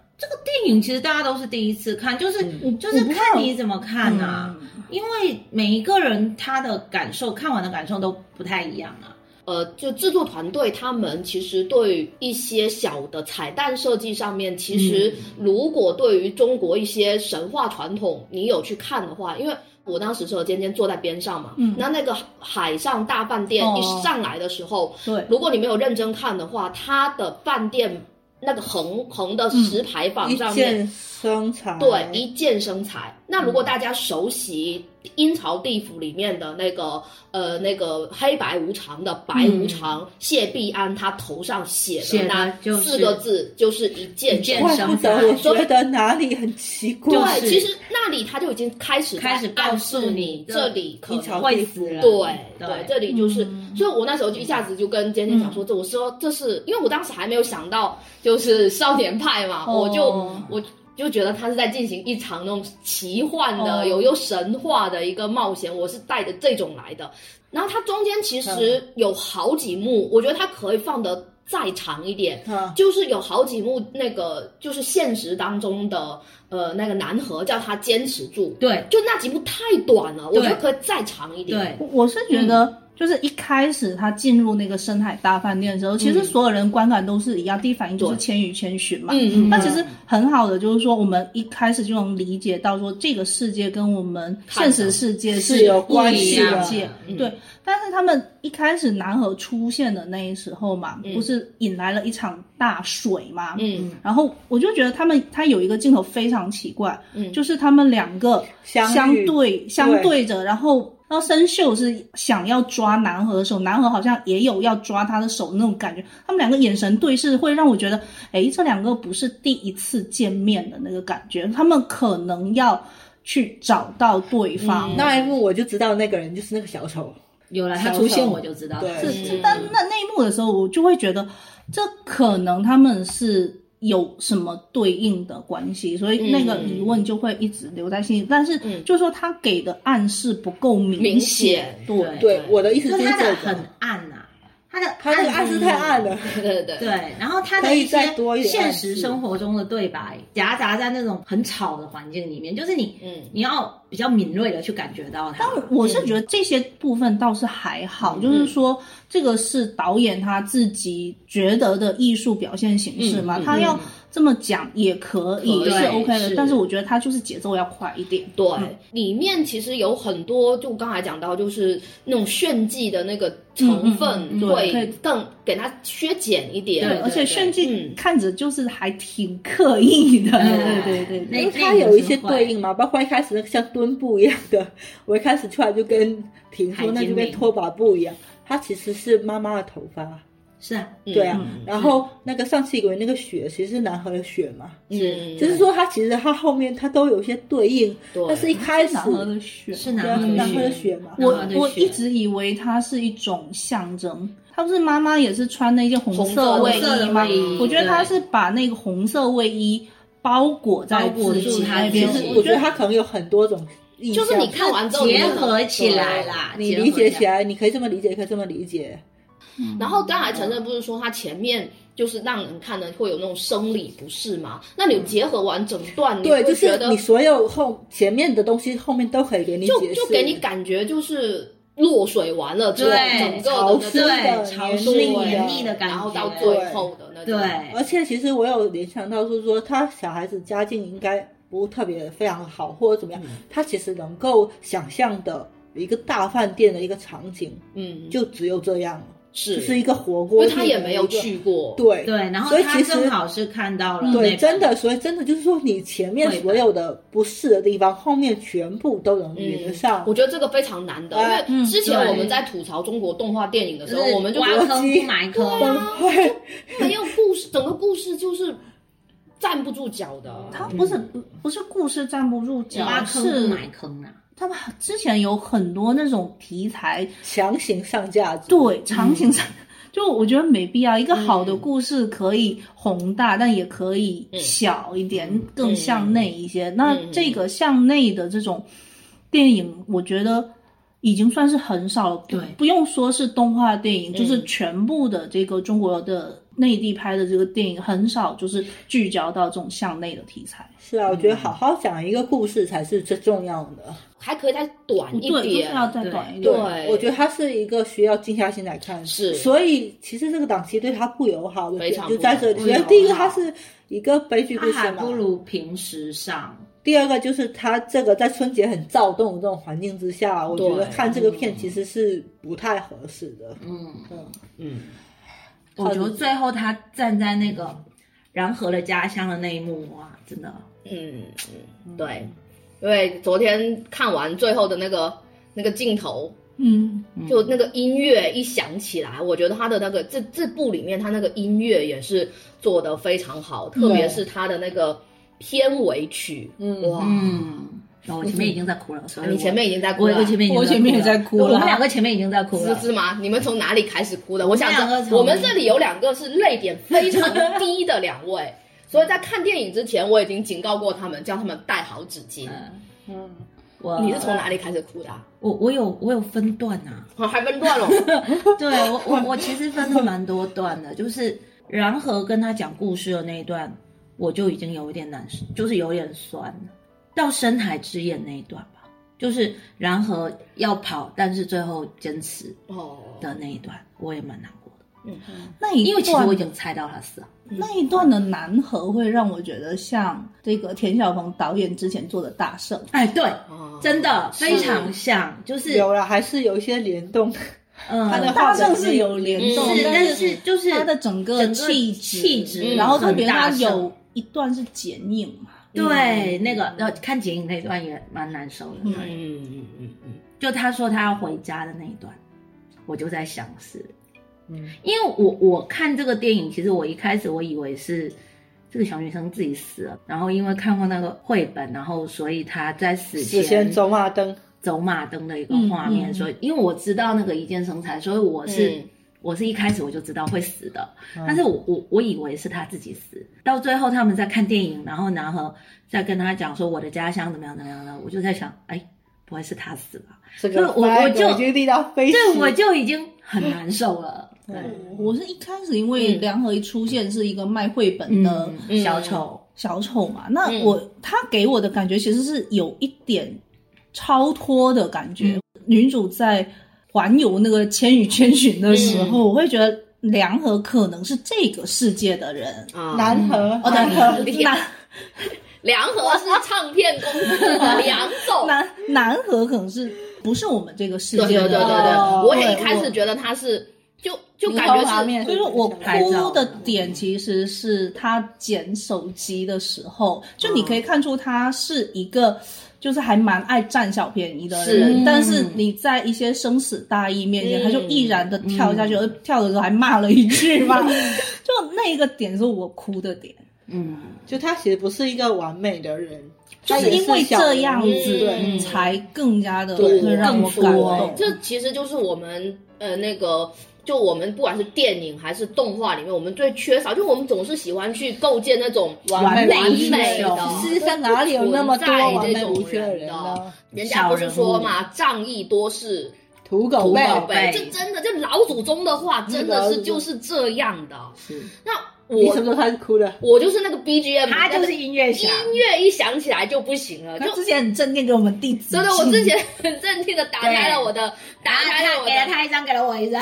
S2: 电影其实大家都是第一次看，就是、
S1: 嗯
S2: 就是
S4: 我不知道
S2: 看你怎么看啊，因为每一个人他的感受，看完的感受都不太一样啊。
S3: 呃，就制作团队他们其实对一些小的彩蛋设计上面，其实
S4: 嗯
S3: 如果对于中国一些神话传统，你有去看的话，因为。我当时是和尖尖坐在边上嘛，
S4: 嗯
S3: 那那个海上大饭店
S4: 哦
S3: 一上来的时候，
S4: 对，
S3: 如果你没有认真看的话，它的饭店那个横横
S4: 嗯
S3: 的石牌坊
S1: 一
S3: 上面，
S1: 箭生财。
S2: 哦
S3: 对，一箭生财。那如果大家熟悉《阴曹地府》里面的那个呃那个黑白无常的白无常、谢必安，他头上写
S2: 嗯写的
S3: 那
S2: 就是
S3: 四个字就是一
S2: 一
S3: 箭
S2: 箭
S1: 怪
S3: 生财。
S1: 不得我觉得哪里很奇怪，
S2: 就是
S3: 对，其实那里他就已经开始在
S2: 开始告
S3: 暗
S2: 诉
S3: 示
S2: 你
S3: 这里可
S1: 阴
S3: 能
S1: 曹
S2: 会
S1: 地府
S2: 死人
S3: 对
S2: 对嗯
S3: 对，这里就是，
S4: 嗯
S3: 所以我那时候就一下子就跟尖尖讲说，这我说这是因为我当时还没有想到就是少年派嘛，
S4: 哦
S3: 我就我就觉得他是在进行一场那种奇幻的、
S4: 哦
S3: 有有神话的一个冒险，我是带着这种来的。然后它中间其实
S4: 嗯
S3: 有好几幕，我觉得它可以放得再长一点，
S1: 啊，
S3: 就是有好几幕那个就是现实当中的呃那个南河叫他坚持住，
S2: 对
S3: 就那几幕太短了，我觉得
S2: 对
S3: 可以再长一点。
S2: 对，
S4: 我我是觉得，就是一开始他进入那个深海大饭店的时候，其实所有人观感都是一样，第一反应就是《
S3: 对
S4: 千与千寻》嘛。
S3: 嗯嗯，
S4: 那其实很好的，就是说我们一开始就能理解到，说这个世界跟我们现实世界
S1: 是有
S4: 不
S1: 关
S4: 一
S1: 系
S4: 世
S1: 的
S4: 界。
S3: 嗯
S4: 对，但是他们一开始南河出现的那时候嘛，
S3: 嗯
S4: 不是引来了一场大水嘛？
S3: 嗯
S4: 然后我就觉得他们他有一个镜头非常奇怪，
S3: 嗯
S4: 就是他们两个
S1: 相遇
S4: 相对相对着，然后然后生锈是想要抓南河的手，南河好像也有要抓他的手那种感觉，他们两个眼神对视，会让我觉得，哎，这两个不是第一次见面的那个感觉，他们可能要去找到对方。
S3: 嗯
S1: 那一幕我就知道那个人就是那个小丑，
S2: 有了他
S1: 小
S2: 出现
S1: 丑
S2: 我就知道，
S1: 对
S4: 是
S3: 嗯
S4: 是，但那那一幕的时候，我就会觉得这可能他们是有什么对应的关系，所以那个疑问就会一直留在心里。但是
S3: 嗯
S4: 就是说他给的暗示不够
S3: 明
S4: 显
S3: 显，
S4: 对。
S2: 对
S1: 对，我的意思
S2: 就
S1: 就是
S2: 他
S1: 这
S2: 的
S1: 个
S2: 很，暗呐、他的
S1: 他那个暗示太暗了，
S3: 对对对
S2: 对，然后他
S1: 可
S2: 的
S1: 以
S2: 一
S1: 再
S2: 些
S1: 多一点
S2: 现
S1: 暗
S2: 实
S1: 示
S2: 生活中的对白，夹杂在那种很吵的环境里面，就是你，
S3: 嗯
S2: 你要比较敏锐的去感觉到它。
S4: 我是觉得这些部分倒是还好，就是说这个是导演他自己觉得的艺术表现形式嘛，
S3: 嗯嗯
S4: 他要这么讲也可以
S3: 可以
S4: 是 OK 的，
S2: 是
S4: 但是我觉得他就是节奏要快一点。
S3: 对，里面其实有很多，就刚才讲到，就是那种炫技的那个成
S4: 嗯嗯
S3: 分
S4: 嗯对可以
S3: 会更给它削减一点。
S2: 对
S4: 而且炫技
S3: 嗯
S4: 看着就是还挺刻意的，
S2: 嗯
S4: 对对对对。
S2: 那
S1: 因为
S2: 那
S1: 他
S2: 个
S1: 有一
S2: 是
S1: 些
S2: 会
S1: 对应嘛，包括一开始那个像墩布一样的，我一开始出来就跟婷
S2: 海
S1: 说那
S2: 精
S1: 就跟
S2: 灵
S1: 拖把布一样，它其实是妈妈的头发，
S2: 是啊，
S3: 嗯
S1: 对啊，
S4: 嗯
S1: 然后那个上气鬼那个血其实是南河的血嘛，
S3: 嗯，
S1: 就是说它其实它后面它都有一些对应，
S3: 对
S1: 但是一开始
S4: 南河的血，
S2: 是
S1: 对啊
S2: 南河
S1: 南河
S2: 血
S1: 的血嘛
S2: 南
S4: 我
S2: 河的
S4: 我
S2: 血
S4: 一直以为它是一种象征。它不是妈妈也是穿那件红
S3: 红
S4: 色
S3: 色
S4: 卫
S2: 红色
S4: 衣
S2: 的
S4: 吗？
S2: 卫衣
S4: 我觉得
S2: 对
S4: 她是把那个红色卫衣包裹在
S2: 包裹
S4: 自
S2: 住
S4: 己
S2: 她
S4: 那
S2: 自
S4: 边
S2: 己。
S1: 我觉得它可能有很多种意
S3: 就
S1: 象，
S3: 是你看完之后，
S2: 结
S3: 你会
S2: 合起来啦，
S1: 你
S2: 结合
S1: 理解
S2: 来
S1: 起来，你可以这么理解，可以这么理解，
S3: 然后刚才陈晨不是说他前面就是让人看的会有那种生理不适吗？那你结合完整段，你
S1: 对，
S3: 会
S1: 就
S3: 觉
S1: 是
S3: 得
S1: 你所有后前面的东西后面都可以给你
S3: 就
S1: 解释，
S3: 就给你感觉就是落水完了之后，
S2: 对
S3: 整
S1: 潮
S3: 个
S1: 湿
S3: 的那
S1: 的
S3: 个
S2: 对潮
S1: 黏
S2: 湿
S1: 腻
S2: 黏腻的感
S3: 然后到
S2: 觉
S3: 最后的那种，
S2: 对
S1: 而且其实我有联想到，就是说他小孩子家境应该不特别非常好，或者怎么
S3: 嗯
S1: 样，他其实能够想象的一个大饭店的一个场景，
S3: 嗯，
S1: 就只有这样了，
S3: 是
S1: 就是一个火
S3: 因
S1: 锅
S3: 为
S1: 店的
S3: 他
S1: 一个，
S3: 也没有去过，
S1: 对
S2: 对，然后
S1: 所以
S2: 他
S1: 其实
S2: 正好是看到了那
S1: 对，
S2: 个
S1: 真的，所以真的就是说，你前面
S2: 会的
S1: 所有的不适的地方，后面全部都能连
S3: 嗯
S1: 得上。
S3: 我觉得这个非常难的，
S1: 哎
S3: 因为之前
S2: 嗯对
S3: 我们在吐槽中国动画电影的时
S2: 就
S3: 候，
S2: 是
S3: 我们就
S2: 挖
S3: 觉得
S2: 坑不埋坑，啊
S1: 对
S3: 没有故事，整个故事就是站不住脚的。嗯
S4: 它不是不不是故事站不住脚
S2: 嗯挖，坑不
S4: 是
S2: 埋坑啊。
S4: 他们之前有很多那种题材，
S1: 强行上架，，
S4: 对场
S2: 嗯
S4: 景上，就我觉得没必要。一个好的故事可以宏大，但也可以
S2: 嗯
S4: 小一点，更向内一些。那这个向内的这种电影，我觉得已经算是很少了。
S2: 对嗯
S4: 不用说是动画电影，就是全部的这个中国的内地拍的这个电影，很少就是聚焦到这种向内的题材。
S1: 是啊，我觉得
S2: 嗯
S1: 好好讲一个故事才是最重要的。
S3: 还可以再短一
S4: 对，就是
S3: 点，
S4: 要再短一点。
S1: 对
S3: 对，
S1: 我觉得它是一个需要静下心来看。
S3: 是
S1: 所以其实这个档期对他不友好的
S3: 非
S1: 点
S3: 常
S1: 就在这里。
S2: 不友好
S1: 第一个，它是一个悲剧故
S2: 他
S1: 事
S2: 还
S1: 嘛
S2: 不；如平时上，
S1: 第二个就是它这个在春节很躁动的这种环境之下，我觉得
S3: 对
S1: 看这个片其实是不太合适的。
S2: 嗯，
S1: 嗯，
S3: 嗯，
S2: 我觉得最后他站在那个然和的家乡的那一幕，哇，真的
S3: 嗯，嗯对，因为昨天看完最后的那个那个镜头，
S4: 嗯，
S3: 就那个音乐一响起来，我觉得他的那个这这部里面他那个音乐也是做的非常好，特别是他的那个片尾曲，
S1: 嗯
S3: 哇，
S2: 嗯，我前面已经在哭了，所以
S3: 你前面已经在哭
S2: 我
S3: 了，
S2: 我前面已经
S4: 我前面也在哭了
S2: 我们两个前面已经在哭
S3: 是
S2: 了，
S3: 是吗？你们从哪里开始哭的？我想
S2: 我们两个
S3: 想，
S2: 从
S3: 我们这里有两个是泪点非常低的两位， 所以在看电影之前，我已经警告过他们，叫他们带好纸巾。
S2: 嗯，
S1: 嗯，
S2: 我
S3: 你是从哪里开始哭的、啊？
S2: 我我有我有分段啊，
S3: 我还分段了。
S2: 对我我我其实分了蛮多段的，就是然和跟他讲故事的那一段，我就已经有一点难，就是有点酸了。到深海之眼那一段吧，就是然和要跑，但是最后坚持
S3: 哦，
S2: 的那一段，我也蛮难过的，
S3: 嗯，
S4: 那一
S2: 因为其实
S4: 段
S2: 我已经猜到他死了。
S4: 那一段的南河会让我觉得像这个田晓鹏导演之前做的《大圣》，
S2: 哎，对，
S3: 哦
S2: 真的非常像，就是
S1: 有了，还是有一些联动。
S2: 嗯，
S1: 他的
S4: 大圣是有联动，
S3: 嗯
S2: 是，
S4: 但
S2: 但是就是
S4: 他的整个
S2: 整个
S4: 气质，
S2: 气质，
S4: 然后特
S2: 很
S4: 别
S2: 大
S4: 他
S2: 声
S4: 有一段是剪影嘛，
S2: 对那个呃看剪影那段也蛮难受的，
S4: 嗯
S3: 嗯嗯嗯嗯，
S2: 就他说他要回家的那一段，我就在想是，
S1: 嗯，
S2: 因为我我看这个电影，其实我一开始我以为是这个小女生自己死了，然后因为看过那个绘本，然后所以她在死
S1: 死前走马灯，
S2: 走马灯的一个画面，
S4: 嗯嗯
S2: 所以因为我知道那个一箭生财，所以我是。
S1: 嗯
S2: 我是一开始我就知道会死的，但
S1: 啊
S2: 是我我我以为是他自己死，到最后他们在看电影，然后然后再跟他讲说我的家乡怎么样怎么样的，我就在想，哎，不会是他死吧？
S1: 这个
S2: 那我我
S1: flag
S2: 就
S1: 已经立到飞起，
S2: 对，我就已经很难受了。对，
S4: 我是一开始因为
S3: 嗯
S4: 梁和一出现是一个卖绘本的
S2: 嗯，
S3: 嗯
S2: 小丑，
S4: 小丑嘛，那
S3: 嗯
S4: 我他给我的感觉其实是有一点超脱的感觉。
S2: 嗯
S4: 女主在环游那个《千与千寻》的时
S2: 嗯
S4: 候，我会觉得梁和可能是这个世界的人，
S3: 啊，
S1: 南河，
S4: 哦，南
S1: 河
S4: 和南
S3: 梁河是唱片公司的梁 总。
S4: 南南和可能是不是我们这个世
S3: 对
S4: 界
S3: 对
S4: 的
S3: 对对
S1: 哦
S3: 对，我也一开
S4: 对
S3: 始觉得他是，就就
S1: 泥
S3: 感
S1: 头
S3: 觉
S1: 拉
S3: 是
S1: 面，
S4: 就是我
S2: 拍照
S4: 哭的点其实是他捡手机的时候，就你可以看出他是一个就是还蛮爱占小便宜的人，
S3: 是
S4: 但是你在一些生死大义面前，
S3: 嗯
S4: 他就毅然的跳下去，而跳的时候还骂了一句嘛， 就那个点是我哭的点，
S2: 嗯，
S1: 就他其实不是一个完美的人，
S4: 就
S1: 他也
S4: 因为
S1: 小
S4: 这样
S1: 人物
S4: 子
S1: 对
S3: 嗯
S4: 才更加的
S1: 对
S4: 会让我
S2: 更
S4: 感
S2: 多
S4: 动。
S3: 这其实就是我们呃那个，就我们不管是电影还是动画里面，我们最缺少，就我们总是喜欢去构建那种
S2: 完
S1: 美
S3: 美
S2: 美
S1: 无
S2: 美
S1: 缺
S3: 的
S2: 的
S1: 世界上哪里有那么多
S3: 存在
S1: 完
S3: 这
S1: 美
S3: 种
S1: 无缺的人
S3: 人
S1: 呢
S3: 的？人家不是说嘛，仗义多是
S1: 土狗
S2: 土
S1: 辈，
S2: 狗辈
S3: 对，这真的，这老祖宗的话真的是就是这样的。
S2: 是，
S3: 那
S1: 你什么时
S3: 我
S1: 候开始哭的？
S3: 我就是那个 BGM，
S2: 他就是嗯音乐侠，
S3: 音乐一响起来就不行了，就
S4: 他之前很正念给我们递纸巾，
S3: 真的，我之前很镇定的打开了我的，打开了我的，
S2: 他一张，给了我一张，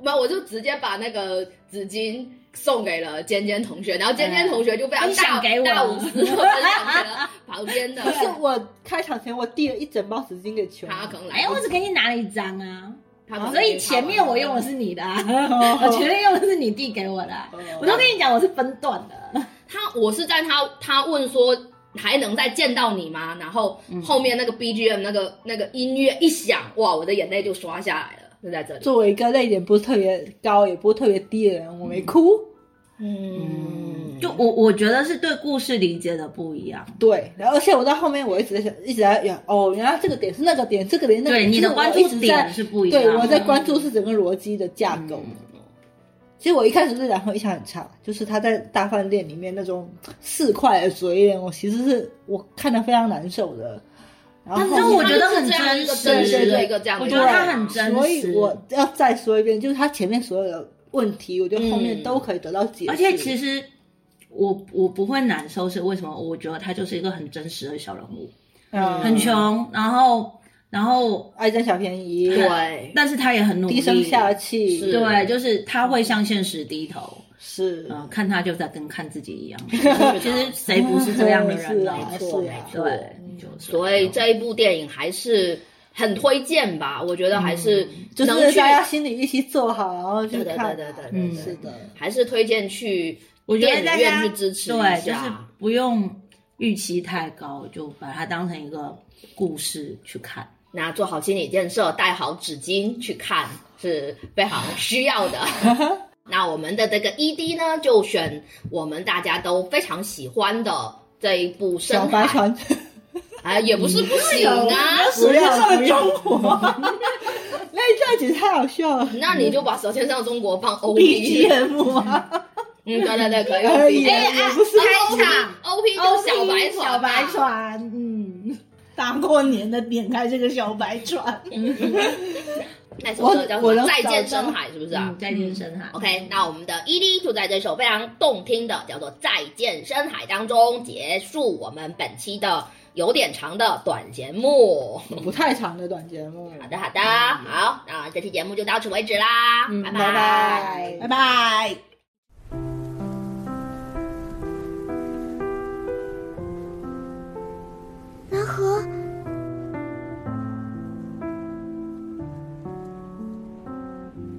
S3: 没有，我就直接把那个纸巾送给了尖尖同学，然后尖尖同学就被他
S2: 分享
S3: 大
S2: 给我
S3: 大五十分享给了旁 边的
S1: 可，是我开场前我递了一整包纸巾给球，
S3: 他可能
S2: 哎
S3: 来，，
S2: 我只给你拿了一张啊。
S3: 他们
S2: 所以前面我用的是你的、 啊，我前面用的是你递给我的啊、
S1: 嗯
S2: 我都跟你讲我是分段的，
S3: 他，我是在他他问说。还能再见到你吗？然后
S2: 嗯
S3: 后面那个 BGM 那个那个音乐一响，哇，我的眼泪就刷下来了，就在这里。
S1: 作为一个泪点不是特别高也不是特别低的人，我没哭。
S3: 嗯
S2: 就我我觉得是对故事理解的不一样，
S1: 对，然后而且我到后面我一直在想，一直在想，哦，原来这个点是那个点，这个点是那个
S2: 对
S1: 点，
S2: 你的关注
S1: 就是我一直在
S2: 点是不一样的。啊嗯
S1: 对，我在关注是整个逻辑的架构。其实我一开始对然后印象很差，就是他在大饭店里面那种四块的嘴脸，我其实是我看得非常难受的。然后
S2: 但是我觉得
S3: 他
S2: 很
S3: 们是这样一
S2: 真
S3: 个
S2: 实，
S3: 真实的
S1: 对
S3: 一个这样的
S2: 我
S3: 一
S2: 觉
S3: 个
S2: 得
S3: 人啊，
S2: 他很真实，
S1: 所以我要再说一遍，就是他前面所有的问题，我觉得后面都可以得到解释。
S2: 而且其实我我不会难受，是为什么？我觉得他就是一个很真实的小人物，
S1: 嗯
S2: 很穷，然后然后
S1: 爱占小便宜，
S3: 对，
S2: 但是他也很努力，
S1: 低声下气，
S3: 是
S2: 对，就是他会向现实低头。
S1: 是
S2: 嗯，看他就在跟看自己一 样。其实谁不是这样的人
S1: 是
S2: 呢？
S1: 啊，
S3: 没
S1: 是
S3: 错
S1: 啊
S3: 没，
S2: 对，就是
S3: 所以这一部电影还是很推荐吧，我觉得还是
S2: 嗯
S1: 就
S3: 能
S1: 是
S3: 去，
S1: 大家心理预期做好，然后去
S3: 对对
S1: 看
S3: 对
S1: 啊。
S3: 对对，
S2: 嗯
S3: 对
S1: 是，的，
S3: 还是推荐去
S2: 我觉
S3: 电
S2: 得大
S3: 影
S2: 家
S3: 院去支持一
S2: 对，就是
S3: 下。
S2: 不用预期太高，就把它当成一个故事去看。
S3: 那做好心理建设，带好纸巾去看是非常需要 的。那我们的这个 ED 呢，就选我们大家都非常喜欢的这一部《
S1: 小
S3: 深
S1: 白
S3: 海》
S1: 船，嗯
S3: 哎，也不是不行啊，
S1: 不要不要，
S4: 国
S1: 那一段简直太好笑了。
S3: 那你就把《舌尖上的中国》放 O B
S4: BGM 吗？
S3: 嗯，对对对，可以
S1: 可以
S3: OP 哎，
S1: 也不是
S3: 啊
S2: 开场
S3: OP 就是小白船，啊
S2: 小白。船，嗯，
S4: 大过年的点开这个小白船，
S3: 那首歌叫什
S1: 我我
S3: 么？
S1: 能
S3: 再见
S1: 找到
S3: 深海，是不是啊？
S2: 再见深海。
S3: OK，那我们的 ED 就在这首非常动听的叫做《再见深海》当中结束我们本期的有点长的短节目。
S1: 不太长的短节目。
S3: 好的，好的，好，那这期节目就到此为止啦，
S1: 嗯，
S3: 拜
S1: 拜拜。
S4: 拜拜。
S5: 南河，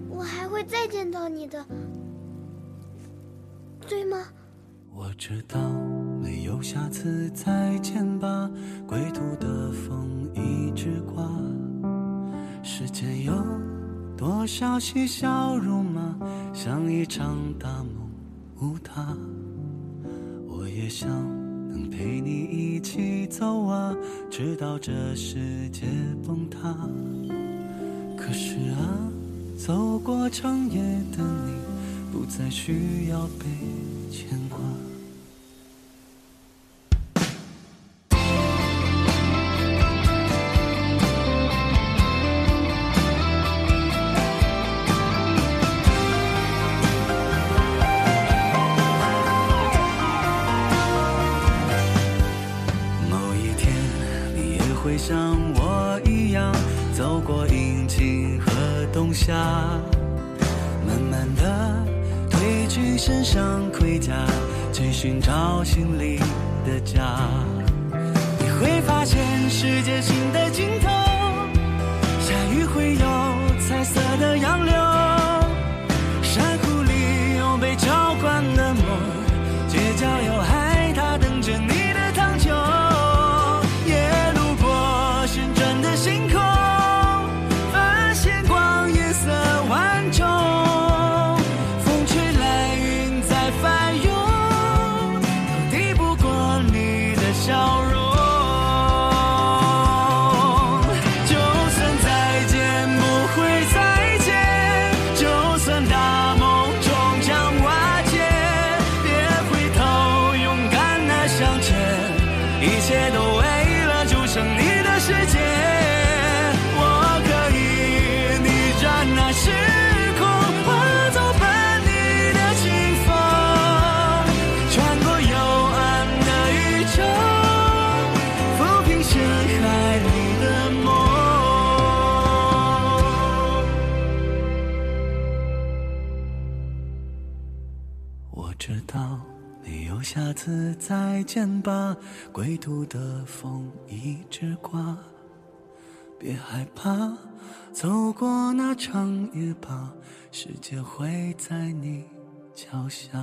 S5: 我还会再见到你的，对吗？
S6: 我知道没有下次再见吧，归途的风一直刮。世间有多少嬉笑怒骂，像一场大梦无他。我也想能陪你一起走啊，直到这世界崩塌。可是啊，走过长夜的你，不再需要被牵挂。某一天，你也会像我一样，走过阴晴和冬夏，慢慢的褪去身上盔甲，去寻找心里的家。你会发现世界新的尽头，下雨会有彩色的洋流。山谷里有被浇灌的梦，街角有海獭等着你的糖球。夜路过旋转的星空，发现光夜色万种。风吹来，云在翻涌，都抵不过你的笑容。就算再见不会再见，就算大梦终将瓦解，别回头，勇敢地向前，一切都为了筑成你的世界。我可以逆转那时空，化作伴你的清风，穿过幽暗的宇宙。抚平深海里的梦。我知道没有下次再见吧，归途的风一直刮。别害怕，走过那长夜吧，世界会在你脚下。